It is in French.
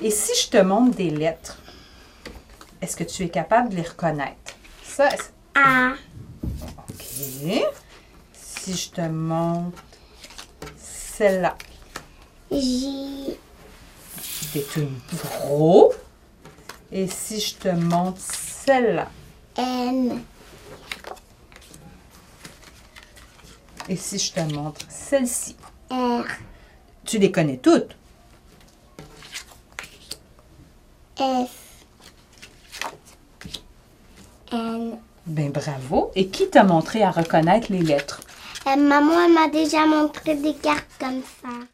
Et si je te montre des lettres, est-ce que tu es capable de les reconnaître? Ça, est- A, OK. Si je te montre celle-là, J, t'es une pro. Et si je te montre celle-là, N, et si je te montre celle-ci, R, tu les connais toutes. S, N. Ben bravo. Et qui t'a montré à reconnaître les lettres? Euh, maman, elle m'a déjà montré des cartes comme ça.